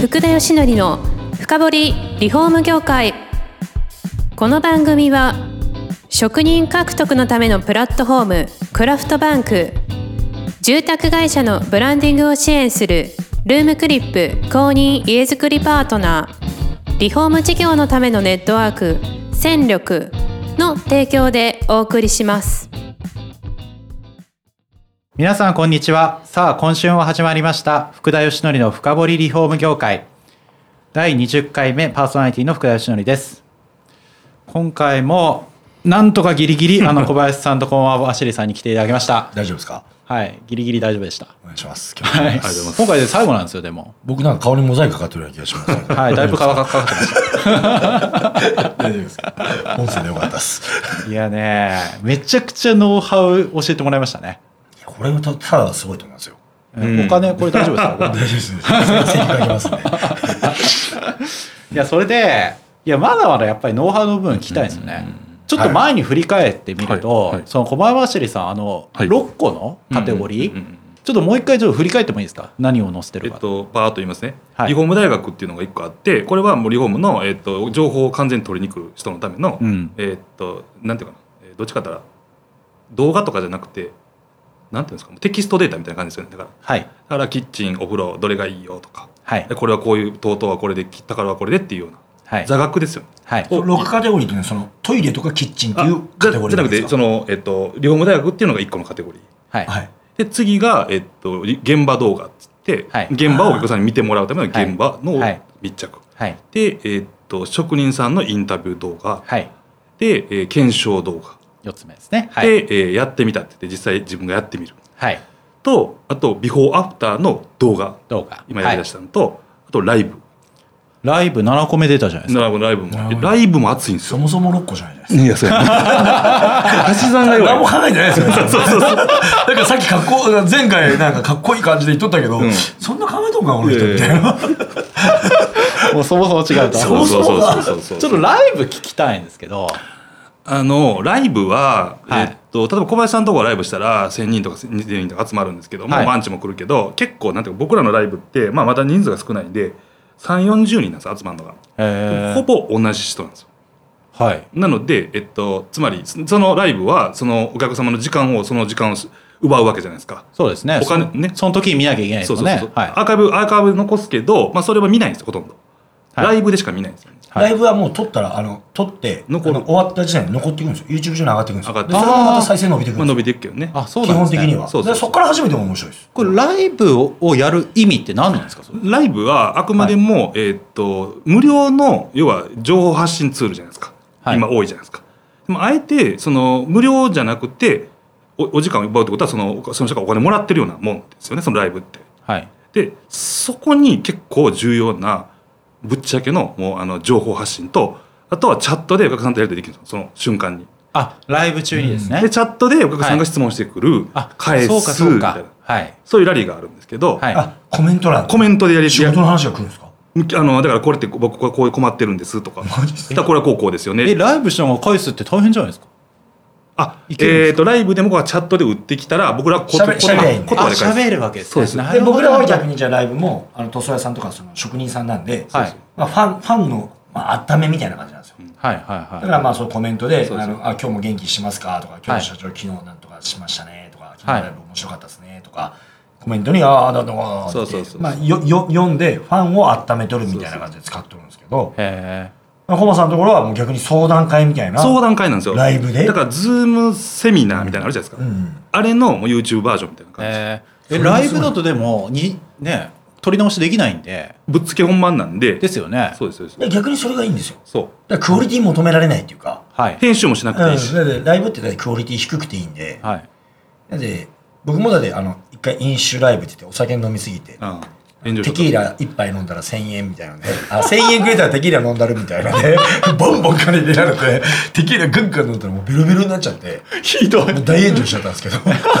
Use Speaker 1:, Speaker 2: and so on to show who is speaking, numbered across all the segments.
Speaker 1: 福田義則の深掘りリフォーム業界この番組は職人獲得のためのプラットフォームクラフトバンク住宅会社のブランディングを支援するルームクリップ公認家づくりパートナーリフォーム事業のためのネットワーク戦力の提供でお送りします
Speaker 2: 皆さんこんにちはさあ今週も始まりました福田義則の深掘りリフォーム業界第20回目パーソナリティの福田義則です今回もなんとかギリギ リあの小林さんとこんばんはシリさんに来ていただきました
Speaker 3: 大丈夫ですか
Speaker 2: はいギリギリ大丈夫でした
Speaker 3: お願いします。
Speaker 2: はい
Speaker 3: 今日も
Speaker 2: 今回で最後なんですよで も
Speaker 3: 僕なんか顔にモザイクかかってるような気がします。
Speaker 2: はいだいぶかかかってまし
Speaker 3: 大丈夫ですか音声でよかったです。
Speaker 2: たいやねめちゃくちゃノウハウ教えてもらいましたね、
Speaker 3: いやこれをたただすごいと思いますよ。
Speaker 2: お金これ大丈夫ですか
Speaker 3: 大丈夫です。先にかけますね。
Speaker 2: いやそれでいやまだまだやっぱりノウハウの部分聞きたいですよね、ちょっと前に振り返ってみると、
Speaker 4: はいはい
Speaker 2: その小前走りさんあの
Speaker 4: はい
Speaker 2: 6個のカテゴリー、
Speaker 4: うんうんうんうん
Speaker 2: ちょっともう一回ちょっと振り返ってもいいですか何を載せて
Speaker 4: え
Speaker 2: るか、
Speaker 4: っと、パーッと言いますね、
Speaker 2: はい
Speaker 4: リフォーム大学っていうのが1個あってこれはもうリフォームの、えっと、情報を完全に取りに来る人のための、
Speaker 2: うん
Speaker 4: えっとなんていうかなえーどっちかって言ったら動画とかじゃなくてなんていうんですかもうテキストデータみたいな感じですよねだから
Speaker 2: はい
Speaker 4: だからキッチンお風呂どれがいいよとか
Speaker 2: はい
Speaker 4: でこれはこういう TOTO はこれで宝はこれでっていうような、
Speaker 2: はい
Speaker 4: 座学ですよね
Speaker 2: はい
Speaker 4: お
Speaker 3: 6カテゴリーっていうのはそのトイレとかキッチンって
Speaker 4: あ
Speaker 3: いう
Speaker 4: じ
Speaker 3: カ
Speaker 4: ゃ
Speaker 3: テ
Speaker 4: じ
Speaker 3: ゴ
Speaker 4: ゃ
Speaker 3: リーな
Speaker 4: なんく
Speaker 3: です
Speaker 4: て
Speaker 3: か
Speaker 4: その、えっと、リフォーム大学っていうのが1個のカテゴリー
Speaker 2: はい
Speaker 3: はい。
Speaker 4: で次が、えっと、現場動画っつって、
Speaker 2: はい
Speaker 4: 現場をお客さんに見てもらうための現場の
Speaker 2: はい
Speaker 4: 密着、
Speaker 2: はい
Speaker 4: で、えっと職人さんのインタビュー動画
Speaker 2: はい
Speaker 4: で、えー検証動画、
Speaker 2: 4つ目ですねはい
Speaker 4: で、えーやってみたって言って実際自分がやってみる
Speaker 2: はい
Speaker 4: とあとビフォーアフターの動画
Speaker 2: どうか
Speaker 4: 今やりだしたのと、あとライブ
Speaker 2: はい、ライブ7個目出たじゃないですか
Speaker 4: ライブライブ
Speaker 3: な
Speaker 4: も
Speaker 3: るほど
Speaker 4: ライブも熱いんです
Speaker 3: そ
Speaker 4: よ
Speaker 3: もそも6個じゃないですか。
Speaker 4: いやそう や足し算が弱
Speaker 3: 何も
Speaker 4: い
Speaker 3: 考えてないですよね。それ
Speaker 4: そうそうそう
Speaker 3: なんかさっきかっこ、前回なんかかっこいい感じで言っとったけど、
Speaker 4: ん
Speaker 3: そんな考えとんか、この人みたいな。
Speaker 2: もうそもそも違うと
Speaker 3: そう
Speaker 4: そうそうそうそうそう
Speaker 2: ちょっとライブ聞きたいんですけど
Speaker 4: あのライブは、
Speaker 2: はい
Speaker 4: えっと例えば小林さんのところライブしたら1,000人とか2,000人とか集まるんですけども、
Speaker 2: はい
Speaker 4: マンチも来るけど結構なんていうか僕らのライブって、まあ、また人数が少ないんで3 4 0人なんですよ集まるのが、
Speaker 2: え
Speaker 4: ほぼ同じ人なんですよ
Speaker 2: はい
Speaker 4: なので、えっと、つまりそそのライブはそのお客様の時間をその時間をす奪うわけじゃないですか。
Speaker 2: そうですね
Speaker 4: お金ね
Speaker 2: そその時に見なきゃいけないです
Speaker 4: そう
Speaker 2: よ
Speaker 4: そう
Speaker 2: ね
Speaker 4: そう、
Speaker 2: はい
Speaker 4: アーカイブアーカイブ残すけど、まあ、それは見ないんですよほとんど、
Speaker 2: はい
Speaker 4: ライブでしか見ないんですよね
Speaker 2: はい
Speaker 3: ライブはもう撮ったら、あの、撮って、あの
Speaker 4: 残る
Speaker 3: 終わった時点で残っていくんですよ。YouTube 上に上がっていくんですよ。
Speaker 4: 上がって
Speaker 3: でそれがまた再生伸びていく
Speaker 4: まあ、
Speaker 3: ん
Speaker 4: 伸
Speaker 3: で
Speaker 4: びていくけどね
Speaker 2: あ
Speaker 3: す
Speaker 2: そう
Speaker 3: よ。基
Speaker 2: なん
Speaker 3: 本
Speaker 2: ですね
Speaker 3: 的には。
Speaker 4: そうそうそう
Speaker 3: でそこから初めても面白いです。
Speaker 2: これライブををやる意味って何なんですかそれ
Speaker 4: ライブはあくまでも、えーっと無料の要は情報発信ツールじゃないですか、
Speaker 2: はい
Speaker 4: 今多いじゃないですかでもあえてその無料じゃなくておお時間を奪うってことはそのその人がお金もらってるようなもんですよねそのライブって
Speaker 2: はい
Speaker 4: でそこに結構重要なぶっちゃけのもうあの情報発信とあとはチャットでお客さんとやり取りできるんですよその瞬間に
Speaker 2: あライブ中にですね、
Speaker 4: でチャットでお客さんが質問してくる、
Speaker 2: あ
Speaker 4: 返す
Speaker 2: そうかそう
Speaker 4: みたい
Speaker 2: か
Speaker 4: な
Speaker 2: はい
Speaker 4: そういうラリーがあるんですけど、
Speaker 2: はい
Speaker 3: あ、コメント欄。
Speaker 4: コメントでやり
Speaker 3: 仕事の話が来るんですか
Speaker 4: あのだからこれって僕はこう困ってるんですとか
Speaker 3: マジっすか
Speaker 4: だからこれはこうこうですよ
Speaker 2: え
Speaker 4: ね
Speaker 2: ライブしたのが返すって大変じゃないですか
Speaker 4: あ
Speaker 2: いけるんです
Speaker 4: えっ、とライブでもこうチャットで売ってきたら僕らはこ
Speaker 3: しゃべしゃべりゃいいんで
Speaker 4: 言葉で返す
Speaker 2: るわけです
Speaker 4: そうですね
Speaker 2: な
Speaker 3: で
Speaker 2: るほど
Speaker 3: 僕らは逆にじゃあライブもあの塗装屋さんとかその職人さんなんで、
Speaker 2: はい
Speaker 3: まあ、ファンファンの、まあ温めみたいな感じなんですよ、
Speaker 2: はいは
Speaker 3: だ
Speaker 2: いは
Speaker 3: からまあそのコメントで「
Speaker 4: そう
Speaker 3: あ
Speaker 4: そう
Speaker 3: のあ今日も元気してますか?」とか「今日
Speaker 2: は
Speaker 3: の
Speaker 2: い
Speaker 3: 社長、昨日なんとかしましたね」とか「昨日のライブ面白かったですね」とか、コメントに「ああだとか」
Speaker 4: そうそうそう
Speaker 3: まあ、よよ読んでファンを温めとるみたいな感じで使っとるんですけど
Speaker 2: いへ
Speaker 3: まあ、コマさんのところはもう逆に相談会みたいな
Speaker 4: 相談会なんですよ
Speaker 3: ライブで
Speaker 4: だからズームセミナーみたいなのあるじゃないですか、
Speaker 3: うん
Speaker 4: あれのもう YouTube バージョンみたいな
Speaker 2: え
Speaker 4: 感じ、
Speaker 2: へええライブだとでもにね取り直しできないんで
Speaker 4: ぶっつけ本番なんで
Speaker 2: ですよね
Speaker 4: そうですそうです
Speaker 3: で逆にそれがいいんですよ
Speaker 4: そう
Speaker 3: だからクオリティ求められないっていうか、
Speaker 2: はい
Speaker 4: 編集もしなく
Speaker 3: うん、だ
Speaker 4: ていいし、
Speaker 3: ってライブってだってクオリティ低くていいんで、
Speaker 2: はい
Speaker 3: なんで、僕もだって、あの、一回飲酒ライブって言って、お酒飲みすぎて、
Speaker 4: ああ炎上
Speaker 3: テキーラ一杯飲んだら1000円みたいなんで、あ、1000円くれたらテキーラ飲んだるみたいなんで、 ボンボン金入れられて、テキーラぐんぐん飲んだらもうベロベロになっちゃって、
Speaker 2: ひど
Speaker 3: もう大炎上しちゃったんですけど。
Speaker 4: ま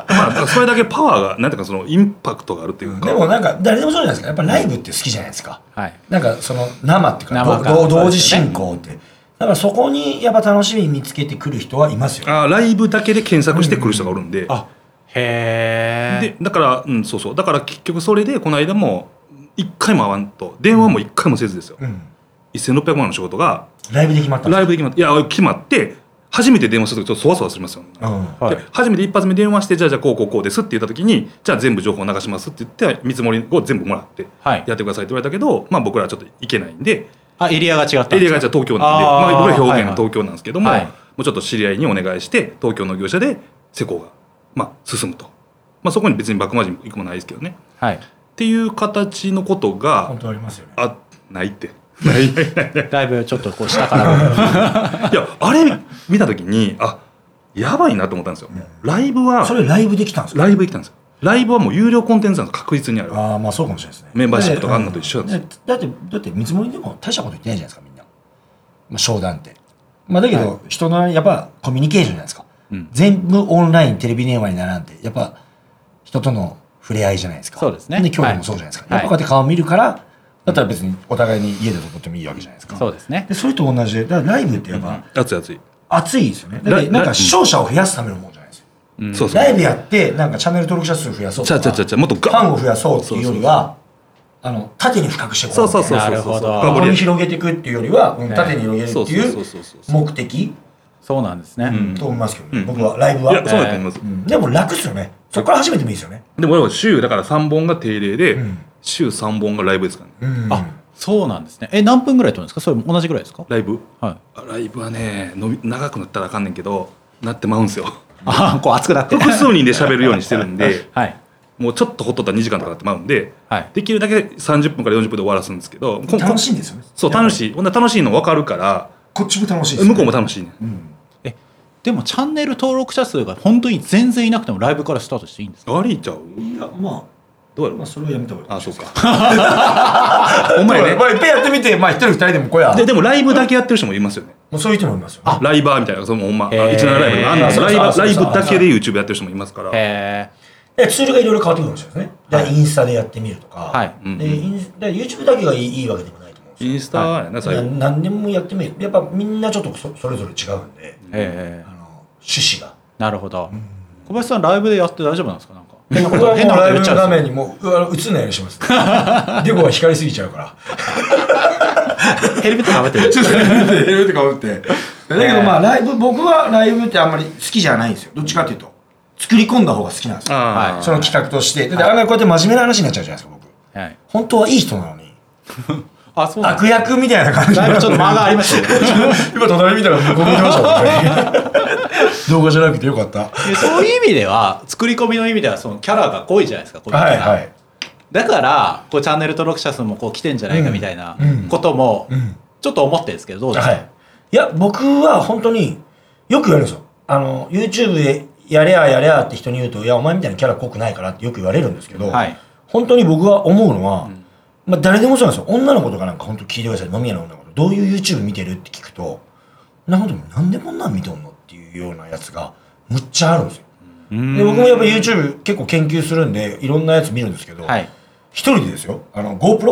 Speaker 4: あだからそれだけパワーがなんていうかそのインパクトがあるっていうか、
Speaker 3: でもなんか、誰でもそうじゃないですか。やっぱライブって好きじゃないですか。
Speaker 2: はい
Speaker 3: なんかその生っていうか、
Speaker 2: 生感
Speaker 3: どど
Speaker 2: そうで
Speaker 3: 同時
Speaker 2: すよね
Speaker 3: 進行って。だからそこにやっぱ楽しみ見つけてくる人はいますよ。
Speaker 4: ああライブだけで検索してくる人がおるんで、
Speaker 2: あへえ
Speaker 4: でだから、うん、そうそうだから結局それでこの間も一回も会わんと電話も一回もせずですよ、
Speaker 3: うん、
Speaker 4: 1600万の仕事が
Speaker 3: ライブで決まったんで
Speaker 4: ライブで決まっていや決まって初めて電話した時ちょっとそわそわしますよ、
Speaker 3: すうん
Speaker 2: はい
Speaker 4: で初めて一発目電話してじゃあじゃあこうこうこうですって言った時にじゃあ全部情報流しますって言って見積もりを全部もらって
Speaker 2: はい
Speaker 4: やってくださいって言われたけど、まあ、僕らはちょっと行けないんで
Speaker 2: あエリアが違ったんですか
Speaker 4: エリアがじゃあ東京なんで
Speaker 2: あー
Speaker 4: まあ、僕ら表現
Speaker 2: は
Speaker 4: の
Speaker 2: いはい
Speaker 4: 東京なんですけども、
Speaker 2: はい
Speaker 4: もうちょっと知り合いにお願いして東京の業者で施工が、まあ、進むと、まあ、そこに別に幕間人も行くもないですけどね
Speaker 2: はい
Speaker 4: っていう形のことが
Speaker 3: 本当ありますよね
Speaker 4: あないって。 ないい
Speaker 2: だいぶちょっとこう下 から
Speaker 4: やあれ見た時にあやばいなと思ったんですよ、ライブは
Speaker 3: それライブできたんですか
Speaker 4: ライブ行きたんですよライブはもう有料コンテンツなんです確実にある
Speaker 3: ああまあそうかもしれないですね
Speaker 4: メンバーシップとかあんのと一緒なん
Speaker 3: だだってだって見積もりでも大したこと言ってないじゃないですかみんな、まあ、商談ってまあだけど、人のやっぱコミュニケーションじゃないですか、
Speaker 4: うん
Speaker 3: 全部オンラインテレビ電話に並んでやっぱ人との触れ合いじゃないですか
Speaker 2: そうですね
Speaker 3: で距離もそうじゃないですか、
Speaker 2: はい
Speaker 3: やっぱこうやって顔見るからだったら別にお互いに家で撮ってもいいわけじゃないですか
Speaker 2: そうですね
Speaker 3: でそれと同じでだからライブってやっぱ
Speaker 4: 熱い熱い、
Speaker 3: 熱いですよねだっ
Speaker 4: ラ
Speaker 3: てなんか
Speaker 4: ラ
Speaker 3: 視聴者を増やすためのもんじゃないですよ
Speaker 2: うん
Speaker 4: そうそう
Speaker 3: ライブやってなんかチャンネル登録者数増やそう
Speaker 4: ち
Speaker 3: と
Speaker 4: ゃ
Speaker 3: か
Speaker 4: ちゃちゃちゃもっと
Speaker 3: ファン
Speaker 4: ガ
Speaker 3: を
Speaker 4: ン
Speaker 3: 増やそうっていうよりはあの縦に深くしてこう
Speaker 4: そうそうそう
Speaker 3: みたい
Speaker 4: そ
Speaker 2: なる
Speaker 4: うそう
Speaker 2: ほど
Speaker 3: な
Speaker 4: 深掘
Speaker 3: 横
Speaker 4: り
Speaker 3: に広げていくっていうよりは、うん
Speaker 2: ね
Speaker 3: 縦に広げる
Speaker 4: そう
Speaker 3: って
Speaker 4: そうそう
Speaker 3: い
Speaker 4: そうそう
Speaker 3: う目的
Speaker 2: そうなんですね、
Speaker 4: ん
Speaker 3: と思いますけどね、
Speaker 4: うん
Speaker 3: 僕はライブ
Speaker 4: い
Speaker 3: は、
Speaker 4: やそうだと思います、
Speaker 3: うんでも楽っすよねそこから初めてもいいですよね
Speaker 4: でも俺は週だから3本が定例で、
Speaker 3: うん
Speaker 4: 週3本がライブですからね
Speaker 3: うん
Speaker 2: あそうなんですねえ何分ぐらい撮るんですかそれ同じぐらいですか
Speaker 4: ライブ
Speaker 2: はい
Speaker 4: あライブはねのび長くなったらあかんねんけどなってまうんすよ
Speaker 2: あーこう熱くなって
Speaker 4: 複 数人で喋るようにしてる んで
Speaker 2: はい
Speaker 4: もうちょっとほっとったら2時間とかなってまうんで
Speaker 2: はい
Speaker 4: できるだけ30分から40分で終わらすんですけどこんこん
Speaker 3: 楽しいんですよね
Speaker 4: そう楽
Speaker 3: い
Speaker 4: しいほんなら楽しいの分かるから
Speaker 3: こっちも楽しいです
Speaker 4: 向こうも楽しいね
Speaker 3: うん
Speaker 2: えでもチャンネル登録者数が本当に全然いなくてもライブからスタートしていいんですか
Speaker 4: ありちゃう
Speaker 3: いやま
Speaker 4: どう
Speaker 3: あ
Speaker 4: やろ
Speaker 3: まあ
Speaker 4: う
Speaker 3: それはやめた方がいい
Speaker 4: あそうかお前ね
Speaker 3: まあいっぺんやってみてまあ一人二人でもこや
Speaker 4: ででもライブだけやってる人もいますよね
Speaker 3: もうそういう人もいますよ、ね、
Speaker 4: ライバーみたいなそのほんまあ
Speaker 2: へー
Speaker 4: 17ライブのあんな
Speaker 3: そう
Speaker 4: ラ
Speaker 3: そう
Speaker 4: イバ
Speaker 3: そう
Speaker 4: ライ
Speaker 3: そう
Speaker 4: ブだけで YouTube やってる人もいますから
Speaker 2: へ
Speaker 3: でツールがいろいろ変わってくるんですよね、だからインスタでやってみるとか、
Speaker 2: はい
Speaker 4: うん
Speaker 3: でインスで YouTube だけがいいいいわけでもないと思うんですよ
Speaker 4: インスタやな最後
Speaker 3: な何年もやってみるやっぱみんなちょっとそそれぞれ違うんで、
Speaker 2: えへえ
Speaker 3: あの趣旨が。
Speaker 2: なるほど小林さんライブでやって大丈夫なんですかなんか
Speaker 3: 僕はもうライブの画面にもううわ映んないようにします。デコが光りすぎ ちゃう から。
Speaker 2: ヘルメットかぶってる
Speaker 3: ちょっとヘルメットかぶって。だけどまあライブ、僕はライブってあんまり好きじゃないんですよ。どっちかっていうと。作り込んだ方が好きなんですよ。
Speaker 4: あ
Speaker 2: はい
Speaker 4: あ
Speaker 3: その企画として。だってあんまりこうやって真面目な話になっちゃうじゃないですか、僕。
Speaker 2: はい
Speaker 3: 本当はいい人なのに。
Speaker 2: あそうなん
Speaker 3: 悪役みたいな感じ
Speaker 2: だいぶちょっと間があり ましたよね
Speaker 3: 今隣見たら僕見てましたもんね 動画じゃなくてよかった
Speaker 2: いやそういう意味では作り込みの意味ではそのキャラが濃いじゃないですかこのキャラ
Speaker 3: はいはい
Speaker 2: だからこうチャンネル登録者数もこう来てんじゃないかみたいな
Speaker 3: うんうん
Speaker 2: ことも
Speaker 3: うん
Speaker 2: ちょっと思ってるんですけどどうですか、
Speaker 3: はいいや僕は本当によく言われるんですよあの YouTube でやれややれやって人に言うと「いやお前みたいなキャラ濃くないから」ってよく言われるんですけど、
Speaker 2: はい
Speaker 3: 本当に僕は思うのは、まあ、誰でもそうなんですよ女の子とかなんか本当聞いてください飲み屋の女の子どういう YouTube 見てるって聞くと「なんでもなんでこんなん見とんの?」っていうようなやつがむっちゃあるんですよで僕もやっぱ YouTube 結構研究するんでいろんなやつ見るんですけど、
Speaker 2: はい
Speaker 3: 一人でですよあの GoPro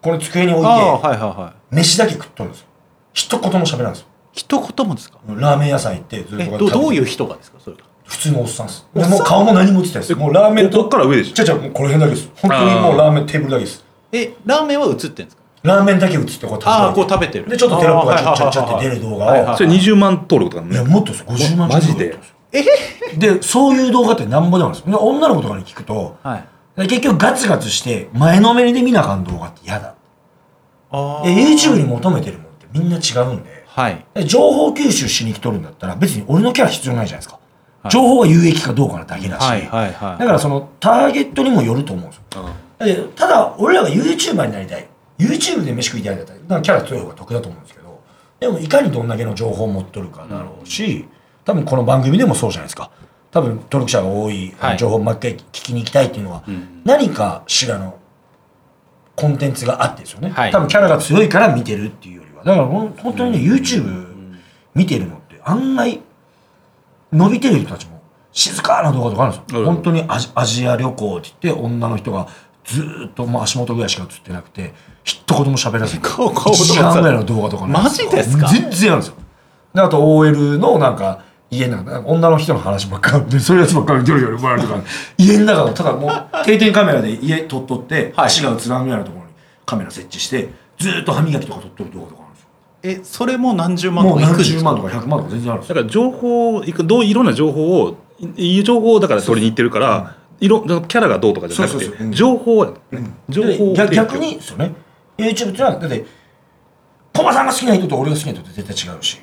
Speaker 3: この机に置い
Speaker 2: あ
Speaker 3: て、
Speaker 2: あはいはいはい
Speaker 3: 飯だけ食っとるんですよ一言も喋らんですよ
Speaker 2: 一言もですか
Speaker 3: ラーメン屋さん行ってずっと
Speaker 2: え
Speaker 3: こや
Speaker 2: ど
Speaker 3: って食べて
Speaker 2: どういう人がですかそれ
Speaker 3: 普通のおっさんです
Speaker 2: おっさん
Speaker 3: もう顔も何も映ってないですもうラーメン
Speaker 4: ことこっから上でしょ
Speaker 3: ちゃちゃもうこの辺だけです本当にもうラーメンテーブルだけです
Speaker 2: えラーメンは映ってるんですか
Speaker 3: ラーメンだけ映ってこう食べてる
Speaker 2: ああこう食べてる
Speaker 3: でちょっとテロップがちょっちょっちょっ
Speaker 2: あ
Speaker 3: と
Speaker 2: あ
Speaker 3: 出る動画を、
Speaker 2: はいいはい
Speaker 4: それ20万登録とかね
Speaker 3: やもっとです50万
Speaker 4: マジで
Speaker 3: えでそういう動画ってなんぼでもあるんですよで女の子とかに聞くと
Speaker 2: はい
Speaker 3: で結局ガツガツして前のめりで見なあかん動画って嫌だ
Speaker 2: あ
Speaker 3: で YouTube に求めてるもんってみんな違うんで
Speaker 2: はい
Speaker 3: で情報吸収しに来とるんだったら別に俺のキャラ必要ないじゃないですか、情報が有益かどうかなだけだし、
Speaker 2: はいはいはい
Speaker 3: だからそのターゲットにもよると思うんですよでただ俺らが YouTuber になりたい YouTube で飯食いたいんだったらなんかキャラ強い方が得だと思うんですけどでもいかにどんだけの情報を持っとるかだろうし、多分この番組でもそうじゃないですか多分登録者が多い
Speaker 2: はい
Speaker 3: 情報をもう一回聞きに行きたいっていうのは、何かしらのコンテンツがあってですよね、
Speaker 2: はい
Speaker 3: 多分キャラが強いから見てるっていうよりはだからほん本当にね、YouTube 見てるのって案外伸びてる人たちも静かな動画とかあるんですよ、
Speaker 4: うん
Speaker 3: 本当にアジアジア旅行って言って女の人がずーっともう足元ぐらいしか映ってなくて一言も喋らず に
Speaker 2: 顔顔とか
Speaker 3: 1時間ぐらいの動画とかなんよ
Speaker 2: マジですか
Speaker 3: 全然あるんですよであと OL のなんか家の中女の人の話ばっかりでそういうやつばっかりジョロジョロ回ると か家の中をただもう定点カメラで家撮っとって
Speaker 2: はい
Speaker 3: 足が映らんぐらいのところにカメラ設置してずーっと歯磨きとか撮っとる動画とかあるんですよ
Speaker 2: えそれも何十万と
Speaker 3: もう
Speaker 2: かいくん
Speaker 3: 何
Speaker 2: です
Speaker 3: 十
Speaker 2: か
Speaker 3: 万とか100万とか全然あるんです
Speaker 4: だ
Speaker 3: よ
Speaker 4: から情報いくどういろんな情報をいいい情報をだから取りに行ってるからいろキャラがどうとかじゃなく
Speaker 3: そうそうそううん
Speaker 4: て情報やね情報提供
Speaker 3: 逆逆にですよね YouTube ってのはだってコバさんが好きな人と俺が好きな人って絶対違うし、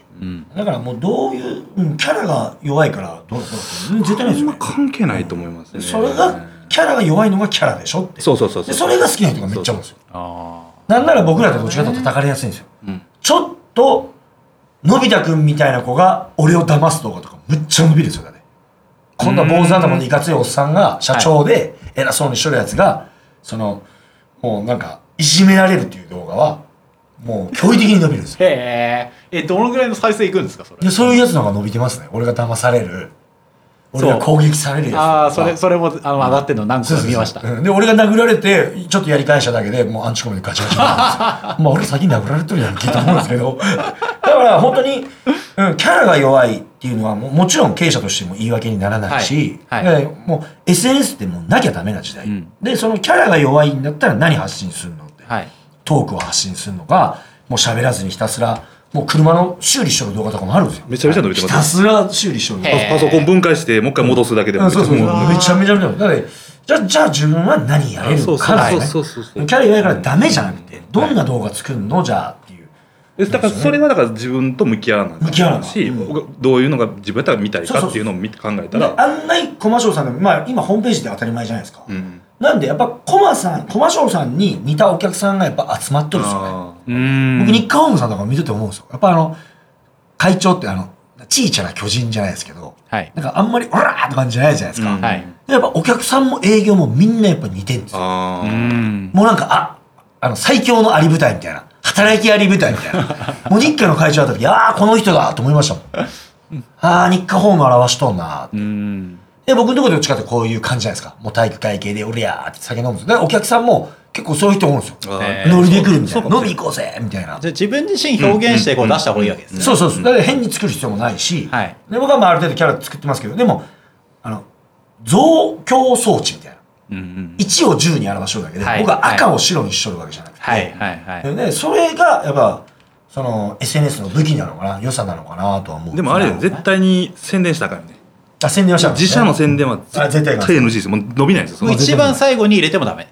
Speaker 3: だからもうどういう、うん、キャラが弱いからどうのこうのってうん絶対
Speaker 4: あ
Speaker 3: ないで
Speaker 4: ん
Speaker 3: すよ
Speaker 4: ま
Speaker 3: ね
Speaker 4: 関係ないと思いますね
Speaker 3: それがキャラが弱いのがキャラでしょって
Speaker 4: そうそうそうそ
Speaker 3: で
Speaker 4: う
Speaker 3: それが好きな人がめっちゃ多いんですよ
Speaker 2: あ
Speaker 3: なんなら僕らとどっちかと叩かれやすいんですよ、
Speaker 4: うん
Speaker 3: ちょっとのび太くんみたいな子が俺を騙す動画とかむっちゃ伸びるんですよだね今度は坊主頭のいかついおっさんが社長で偉そうにしとるやつがそのもうなんかいじめられるっていう動画はもう驚異的に伸びるんですよ
Speaker 2: ーへええどのぐらいの再生いくんですかそれ
Speaker 3: でそういうやつの方が伸びてますね俺が騙される俺が攻撃されるやつ
Speaker 2: ああそれ
Speaker 3: そう
Speaker 2: それもあの上がってるの何個
Speaker 3: そう
Speaker 2: か
Speaker 3: そう
Speaker 2: 見ました
Speaker 3: うんで俺が殴られてちょっとやり返しただけでもうアンチコメでガチガチに なるんですよまあ俺先に殴られてるやんけと思うんですけど だから本当に、うん、キャラが弱いっていうのはもうもちろん経営者としても言い訳にならないし、
Speaker 2: はいはい
Speaker 3: でもう SNS ってもうなきゃダメな時代、
Speaker 4: ん
Speaker 3: でそのキャラが弱いんだったら何発信するのって、
Speaker 2: はい
Speaker 3: トークを発信するのかもう喋らずにひたすらもう車の修理しとる動画とかもあるんですよ
Speaker 4: めちゃめちゃ伸びてま
Speaker 3: ひた
Speaker 4: す
Speaker 3: すら修理しとる動画
Speaker 2: へ
Speaker 4: パソコン分解してもう一回戻すだけでも
Speaker 3: うんそうそう
Speaker 4: めっちゃ
Speaker 3: めちゃめちゃめちゃだってじゃあじゃあ自分は何やれる
Speaker 4: そ
Speaker 3: の
Speaker 4: うそう
Speaker 3: かです
Speaker 4: そう
Speaker 3: ね
Speaker 4: そうそう
Speaker 3: キャリアやからダメじゃなくてどんな動画作るのじゃあっていう
Speaker 4: でだからそれはだから自分と向き合わない
Speaker 3: 向き合わな
Speaker 4: し、
Speaker 3: う
Speaker 4: どういうのが自分だったら見たいかっていうのを見て考えたら
Speaker 3: あんないコマショウさんでもまあ今ホームページで当たり前じゃないですか
Speaker 4: うん
Speaker 3: なんでやっぱコマさんコマショウさんに似たお客さんがやっぱ集まっとるんですよね
Speaker 4: あーうーん
Speaker 3: 僕日課ホームさんとか見てて思うんですよやっぱあの会長ってあのちいちゃな巨人じゃないですけど
Speaker 2: はい
Speaker 3: なんかあんまりオラーって感じじゃないじゃないですか、
Speaker 4: うん
Speaker 2: はい
Speaker 3: やっぱお客さんも営業もみんなやっぱ似てるんですよ
Speaker 4: あ
Speaker 2: う
Speaker 4: ー
Speaker 2: ん
Speaker 3: もうなんか、あ、あの、最強のアリ部隊みたいな。働きアリ部隊みたいな。もう日課の会長だった時、ああ、この人だと思いましたもん。ああ、日課ホーム表しとんな
Speaker 4: うーん
Speaker 3: で、僕のところどっちかってこういう感じじゃないですか。もう体育会系で、俺やーって酒飲むんですよ。で、お客さんも結構そういう人多いんですよ。
Speaker 4: あ
Speaker 2: え
Speaker 4: ー
Speaker 2: ー
Speaker 3: ノリで来るみたいな。
Speaker 4: そう
Speaker 3: 飲み行こうぜみたいな
Speaker 2: じ。ゃあ自分自身表現してこう出した方がいいわけですね
Speaker 3: そうそうそう。だから変に作る必要もないし、
Speaker 2: はい
Speaker 3: で僕はまあある程度キャラ作ってますけど、でも、あの、増強装置みたいな。
Speaker 4: うんうん
Speaker 3: 1を10に表しとるだけで、
Speaker 2: はい
Speaker 3: 僕は赤を白にしとるわけじゃなくて、
Speaker 2: はいはいはい
Speaker 3: でね、それがやっぱその SNS の武器なのかな良さなのかなとは思う
Speaker 4: でもあれ
Speaker 3: ね
Speaker 4: 絶対に宣伝したらあかんよね
Speaker 3: あ宣伝はしたんですね
Speaker 4: 自社の宣伝は
Speaker 3: あ絶
Speaker 4: 絶
Speaker 3: 対
Speaker 4: 対
Speaker 3: いかん
Speaker 4: NG ですもう伸びないですよそ
Speaker 2: もう
Speaker 4: の
Speaker 2: 一番最後に入れてもダメ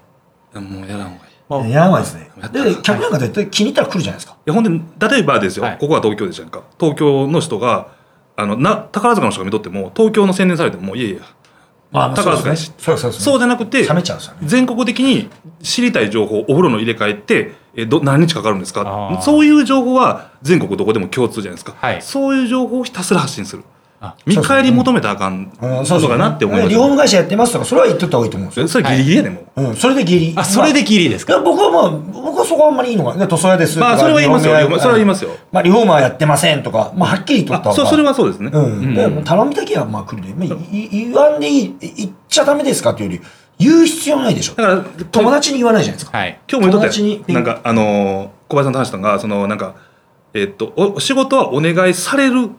Speaker 4: もうやらんほうが
Speaker 2: も
Speaker 4: いい
Speaker 2: う
Speaker 3: いややばいですね
Speaker 4: やった
Speaker 3: で客なんか絶対気に入ったら来るじゃないですか
Speaker 4: いやほんで例えばですよ、
Speaker 2: はい
Speaker 4: ここは東京でしたんか東京の人があのな宝塚の人が見とっても東京の宣伝されてももういやいや、
Speaker 3: まあ
Speaker 4: 宝
Speaker 3: そうで
Speaker 4: 塚や
Speaker 3: す
Speaker 4: し
Speaker 3: ねそうそうそう
Speaker 4: そうじゃなくて
Speaker 3: 冷めちゃうんですよね
Speaker 4: 全国的に知りたい情報お風呂の入れ替えってえど何日かかるんです
Speaker 2: あ
Speaker 4: か
Speaker 2: ー
Speaker 4: そういう情報は全国どこでも共通じゃないですか、
Speaker 2: はい
Speaker 4: そういう情報をひたすら発信する
Speaker 2: あ
Speaker 4: 見返り求めたらあかん
Speaker 3: う
Speaker 4: の
Speaker 3: んそうそう
Speaker 4: かなって思います
Speaker 3: リフォーム会社やってますとかそれは言っとった方がいいと思うんです
Speaker 4: そ
Speaker 3: よ
Speaker 4: れそれギリギリやねもう、
Speaker 3: うん、それでギリ
Speaker 2: あそれでギリです
Speaker 3: い
Speaker 2: か
Speaker 3: や僕はまあ僕はそこはあんまりいいのかな塗装屋ですとか
Speaker 4: まあそれは言いますよ
Speaker 3: リフォーム屋
Speaker 4: それは言いますよ
Speaker 3: まあリフォーマーやってませんとかまあはっきり言っとった
Speaker 4: あ
Speaker 3: 方
Speaker 4: そ
Speaker 3: が
Speaker 4: それはそうですね、
Speaker 3: うん、でも頼みだけはまあ来るで、まあ、いい言わんでいいい言っちゃダメですかっていうより言う必要ないでしょ
Speaker 4: だから
Speaker 3: 友達に言わないじゃないですか、
Speaker 2: はい
Speaker 4: 今日も言っとっ
Speaker 3: 友達に
Speaker 4: たよなんかあのー小林さんと話したのがそのなんかえっとおお仕事はお願いされる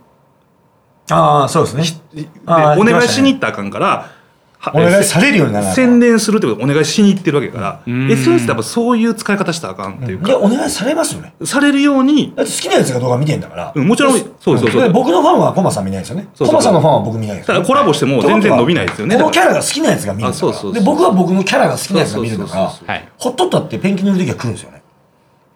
Speaker 3: ああそうですね
Speaker 4: で
Speaker 3: あー
Speaker 4: お願いしに行ったらあかんからは
Speaker 3: お願い
Speaker 4: え
Speaker 3: されるようにならない
Speaker 4: せ宣伝するってことお願いしに行ってるわけだから
Speaker 2: うん
Speaker 4: SNS ってやっぱそういう使い方したらあかんっていう
Speaker 3: で
Speaker 4: か、
Speaker 3: お願いされますよね
Speaker 4: されるように
Speaker 3: だって好きなやつが動画見てんだから、
Speaker 4: うんもちろんそうそうそう
Speaker 3: で僕のファンはコマさん見ないですよね
Speaker 4: そうそう
Speaker 3: コマさんのファンは僕見ないですよね
Speaker 4: ただコラボしても全然伸びないですよね
Speaker 3: このキ
Speaker 4: だ
Speaker 3: ャ
Speaker 4: から
Speaker 3: ラが好きなやつが見るんだから
Speaker 4: あそうそうそう
Speaker 3: で僕は僕のキャラが好きなやつが見るんだから
Speaker 4: そうそうそうそう
Speaker 2: はい
Speaker 3: ほっとったってペンキ塗る時は来るんですよね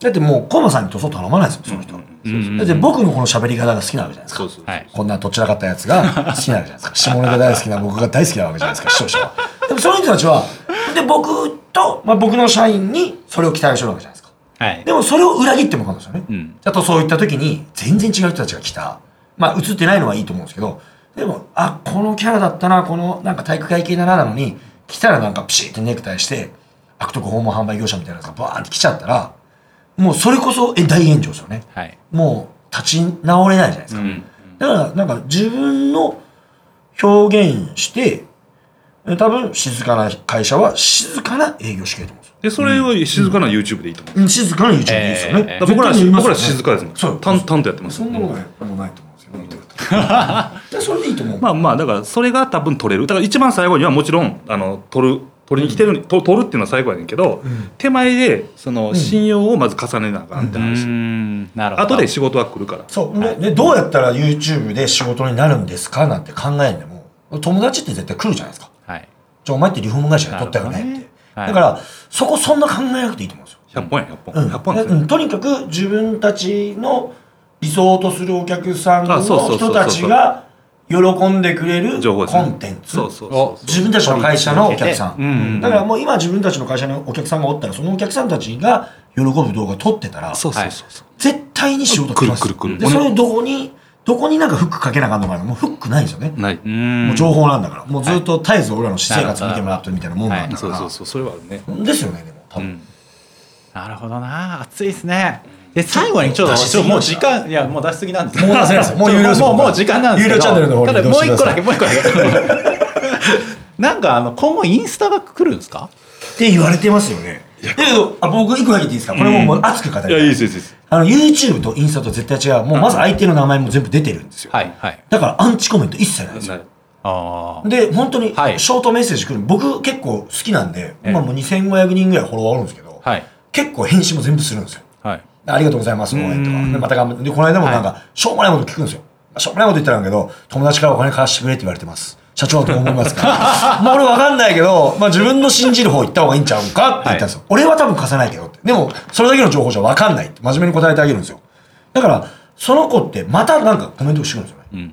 Speaker 3: だってもうコマさんに塗装頼まないですよその人は、
Speaker 2: うん
Speaker 3: だって僕のこの喋り方が好きなわけじゃないですか
Speaker 4: そうそう
Speaker 2: はい
Speaker 3: こんなどちらかったやつが好きなわけじゃないです か。下ネタ大好きな僕が大好きなわけじゃないですか、視聴者は。でもその人たちは、で、僕と、まあ、僕の社員にそれを期待してるわけじゃないですか。
Speaker 2: はい
Speaker 3: でもそれを裏切ってもかんですよね。
Speaker 4: うん
Speaker 3: あとそういった時に、全然違う人たちが来た。まあ、映ってないのはいいと思うんですけど、でも、あ、このキャラだったな、このなんか体育会系だななのに、来たらなんかピシッてネクタイして、悪徳訪問販売業者みたいなやつがバーンって来ちゃったら、もうそれこそえ大炎上ですよね。
Speaker 2: はい
Speaker 3: もう立ち直れないじゃないですか、
Speaker 4: ん
Speaker 3: だからなんか自分の表現してえ多分静かな会社は静かな営業してると思うんですよ
Speaker 4: でそれを静かな YouTube でいいと思う、
Speaker 3: うん静かな YouTube でいいですよね、
Speaker 2: えー
Speaker 4: だから僕
Speaker 3: 絶対
Speaker 4: ら
Speaker 3: に言いますよ
Speaker 4: 僕
Speaker 3: ね
Speaker 4: ら静かですもん
Speaker 3: そう
Speaker 4: 淡々とやってます
Speaker 3: そんなことはもうないと思うんですよ、見てるとらそれでいいと思う、
Speaker 4: まあまあだからそれが多分取れるだから一番最後にはもちろんあの取る取りに来てる、と取るっていうのは最後やねんけど、
Speaker 3: うん
Speaker 4: 手前でその信用をまず重ねなあかんって
Speaker 2: う
Speaker 4: 話、
Speaker 2: んなるほど
Speaker 4: 後で仕事は来るから
Speaker 3: そう、ねでどうやったら YouTube で仕事になるんですかなんて考えんでも友達って絶対来るじゃないですか
Speaker 2: はい
Speaker 3: じゃあお前ってリフォーム会社で取ったよねって
Speaker 2: なるほどねはい
Speaker 3: だからそこそんな考えなくていいと思うんですよ
Speaker 4: 100本や100本、
Speaker 3: うん
Speaker 4: 100本です
Speaker 3: う
Speaker 4: ね、
Speaker 3: んとにかく自分たちの理想とするお客さんの
Speaker 4: あそうそうそうそう
Speaker 3: 人たちが喜んでくれる
Speaker 4: 情報です
Speaker 3: コ
Speaker 4: ね
Speaker 3: ンテンツ
Speaker 4: そうそうそ
Speaker 3: 自分たちの会社のお客さん、
Speaker 2: うんうんうん
Speaker 3: だからもう今自分たちの会社にお客さんがおったらそのお客さんたちが喜ぶ動画撮ってたら
Speaker 4: うそうそうそうそう
Speaker 3: 絶対に仕事来ます
Speaker 4: 来る来る来る
Speaker 3: でそれをどこにどこになんかフックかけなあかんのかなもうフックないんですよね、
Speaker 4: ない、
Speaker 2: うん
Speaker 3: もう情報なんだからもうずっと絶えず俺らの私生活見てもらってるみたいなもんなんだか
Speaker 4: そう
Speaker 3: ら、
Speaker 4: そうそうそれはあるね、
Speaker 3: ですよねでも多
Speaker 4: う
Speaker 3: 分、
Speaker 4: ん、
Speaker 2: なるほどな熱いですねで最後にちょっと
Speaker 3: 出し
Speaker 2: ち
Speaker 3: す
Speaker 2: ょっ
Speaker 3: ぎ
Speaker 2: ともう時間いやもう出しすぎなんですけど
Speaker 3: もう出せないですよもう有料です
Speaker 2: ちょっともう
Speaker 3: 僕は
Speaker 2: もう時間なんですけど
Speaker 3: 有料チャンネルの方に
Speaker 2: ただ
Speaker 3: 移動
Speaker 2: も
Speaker 3: し
Speaker 2: う
Speaker 3: てく
Speaker 2: 一個だ
Speaker 3: ださ
Speaker 2: け
Speaker 3: い
Speaker 2: もう一個だけなんかあの今後インスタが来るんですか
Speaker 3: って言われてますよね。だけど、あ僕、一個だけ言っていいですかこれももう熱く語り
Speaker 4: いや
Speaker 3: た
Speaker 4: いい
Speaker 3: い。
Speaker 4: ですいいです
Speaker 3: あの、YouTube とインスタと絶対違う。もうまず相手の名前も全部出てるんですよ。
Speaker 2: はいはい
Speaker 3: だからアンチコメント一切ないんで
Speaker 4: いいですす
Speaker 3: よ。
Speaker 4: ない
Speaker 2: ああ
Speaker 3: で、本当にシ
Speaker 2: はい
Speaker 3: ョートメッセージ来る。僕結構好きなんで、
Speaker 2: ええ
Speaker 3: 今もう2500人ぐらいフォロワーおるんですけど、
Speaker 2: はい
Speaker 3: 結構返信も全部するんですよ。
Speaker 2: はい
Speaker 3: ありがとうございます、応援とか。でまた頑張って。で、この間もなんか、しょうもないこと聞くんですよ。しょうもないこと言ったらなんだけど、友達からお金貸してくれって言われてます。社長はどう思います かまあ俺わかんないけど、まあ自分の信じる方行った方がいいんちゃうんかって言ったんですよ。俺は多分貸さないけどって。でも、それだけの情報じゃわかんないって真面目に答えてあげるんですよ。だから、その子ってまたなんかコメントしてくるんですよね。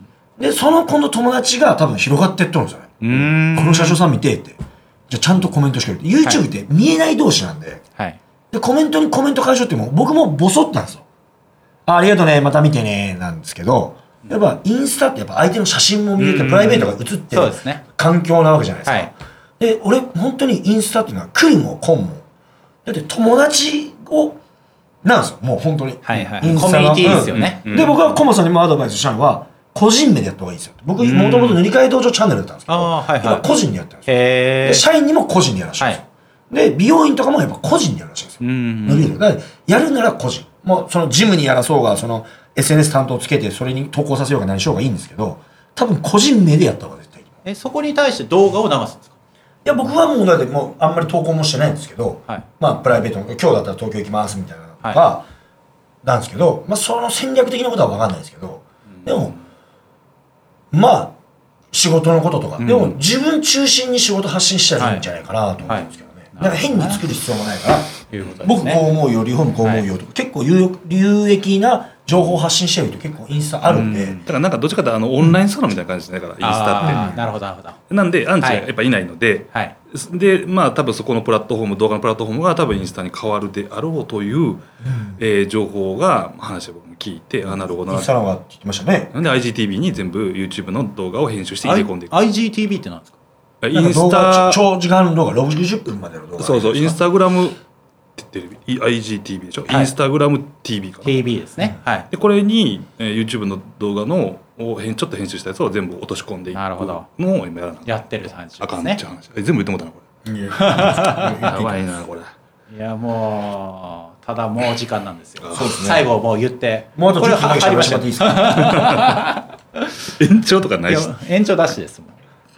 Speaker 3: で、その子の友達が多分広がってってるんですよね。
Speaker 2: うん
Speaker 3: この社長さん見てって。じゃあちゃんとコメントしてくれって。YouTube って見えない同士なんで、
Speaker 2: はい
Speaker 3: で、コメントにコメント返しようっても、僕もボソったんですよ。あありがとうね、また見てね、なんですけど、やっぱインスタってやっぱ相手の写真も見れて、
Speaker 2: うん
Speaker 3: プライベートが映ってる
Speaker 2: そうですね
Speaker 3: 環境なわけじゃないですか。
Speaker 2: はい
Speaker 3: で、俺、本当にインスタっていうのは、来るも来んも。だって友達を、なんですよ、もう本当に。
Speaker 2: はいはい
Speaker 3: インスタの
Speaker 2: コミュニティですよね
Speaker 3: うんで、僕はコモさんにもアドバイスしたのは、個人名でやった方がいいですよ。僕、もともと塗り替え道場チャンネルだったんですけ
Speaker 2: あ
Speaker 3: ど、
Speaker 2: あはいはい
Speaker 3: 今個人でやってるんですよ。
Speaker 2: へ
Speaker 3: で
Speaker 2: え
Speaker 3: 社員にも個人でやらしいんですよ、で美容院とかもやっぱ個人でやるらしいんですよ、
Speaker 2: うん
Speaker 3: 伸びるだからやるなら個人もうそのジムにやらそうがその SNS 担当つけてそれに投稿させようが何しようがいいんですけど多分個人名でやった方が絶対いいい
Speaker 2: えそこに対して動画を流すんですか
Speaker 3: や僕はもうだってもうあんまり投稿もしてないんですけど、
Speaker 2: はい
Speaker 3: まあプライベートの今日だったら東京行きますみたいなのが、
Speaker 2: は
Speaker 3: なんですけど、まあ、その戦略的なことは分かんないですけどでもまあ仕事のこととか、でも自分中心に仕事発信したらいいんじゃないかなと思うんですけどね、
Speaker 2: はいはい
Speaker 3: なんか変に作る必要もないから、
Speaker 2: ということです
Speaker 3: 僕
Speaker 2: ね
Speaker 3: こう思うよリフォームこう思うよとか、結構有有益な情報を発信してる人結構インスタあるんで、
Speaker 4: だからなんかどっちかというとあのオンラインサロンみたいな感じですねだからインスタっ
Speaker 2: あーなるほどなるほど
Speaker 4: てなんでアンチが
Speaker 2: はい
Speaker 4: やっぱいないので、
Speaker 2: はい
Speaker 4: でまあ多分そこのプラットフォーム動画のプラットフォームが多分インスタに変わるであろうという、えー情報が話を僕も聞いてあなるほど
Speaker 3: イン
Speaker 4: な
Speaker 3: スタの方がって言ってましたね
Speaker 4: なんで IGTV に全部 YouTube の動画を編集して入れ込んでいく
Speaker 2: IGTV ってなんですか
Speaker 4: イ
Speaker 3: なんか
Speaker 4: ン
Speaker 3: 動
Speaker 4: ス
Speaker 3: 画
Speaker 4: タ
Speaker 3: ち
Speaker 4: そ
Speaker 3: ょ長時間動画60分までの動画
Speaker 4: うそうインス
Speaker 3: タ
Speaker 4: タグラムってテレビい IGTV でしょ、
Speaker 2: はい
Speaker 4: インスタグラム TV かな
Speaker 2: TV ですねはい
Speaker 4: でこれに、えー YouTube の動画のをへんちょっと編集したやつを全部落とし込んでいく
Speaker 2: なるほど
Speaker 4: のを今やらな
Speaker 2: やってる感じ
Speaker 4: あ
Speaker 2: で
Speaker 4: か
Speaker 2: す
Speaker 4: んね
Speaker 2: ね
Speaker 4: って話え全部言ってもうたなこれやばいなこれ
Speaker 2: いやもうただもう時間なんですよ
Speaker 3: そうですね
Speaker 2: 最後もう言って
Speaker 3: もうあと
Speaker 2: これ
Speaker 3: 10分だけ喋らせてもらっていいですか
Speaker 4: 延長とかないし
Speaker 2: いや延長ダッシュですもん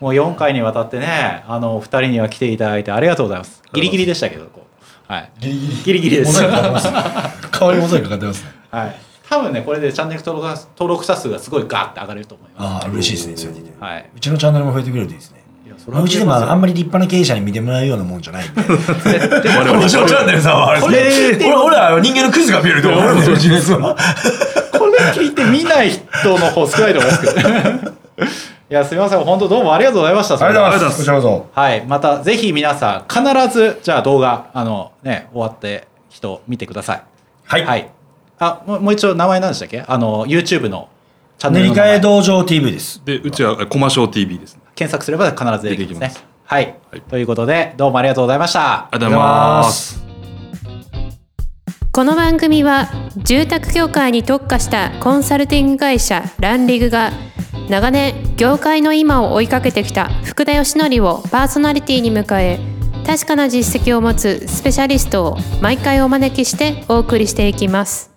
Speaker 2: もう4回にわたってねあのお二人には来ていただいてありがとうございますギリギリでしたけどこうはい
Speaker 3: ギリギリ
Speaker 2: ギリギリ です
Speaker 3: モザイクかかってますね代わりモザイクかかってますね
Speaker 2: はい多分ねこれでチャンネル登録者登録者数がすごいガーって上がれると思います
Speaker 3: ああ嬉しいですねそれ聞いて
Speaker 2: はいう
Speaker 3: ちのチャンネルも増えてくれるといいですね
Speaker 2: いやそれ
Speaker 3: まあ
Speaker 2: は
Speaker 3: うちでもあんまり立派な経営者に見てもらうようなもんじゃないんで
Speaker 2: でも
Speaker 3: うちのチャンネルさんはあれです ね俺俺らは人間のクズが見えると思うんでうちのやつは
Speaker 2: これ聞いて見ない人の方少ないと思いますけど いやすみません本当どうもありがとうございました
Speaker 3: ありがとうございま
Speaker 4: ありがとうございます
Speaker 3: すこちらこそ
Speaker 2: はい、またぜひ皆さん必ずじゃあ動画あのね終わって人見てください。
Speaker 3: はい
Speaker 2: あもうもう一応名前なんでしたっけ？あの YouTube のチャンネ
Speaker 3: 塗
Speaker 2: ル
Speaker 3: り
Speaker 2: の名
Speaker 3: 替
Speaker 2: 前
Speaker 3: え道場 TV です
Speaker 4: でうちはえコマショー TV ですね
Speaker 2: 検索すれば必ず出てきますね。
Speaker 4: 出てきます
Speaker 2: はい、
Speaker 4: はい
Speaker 2: ということでどうもありがとうございました。
Speaker 4: ありがとうございます
Speaker 1: この番組は住宅業界に特化したコンサルティング会社ランリグが長年業界の今を追いかけてきた福田義則をパーソナリティに迎え確かな実績を持つスペシャリストを毎回お招きしてお送りしていきます。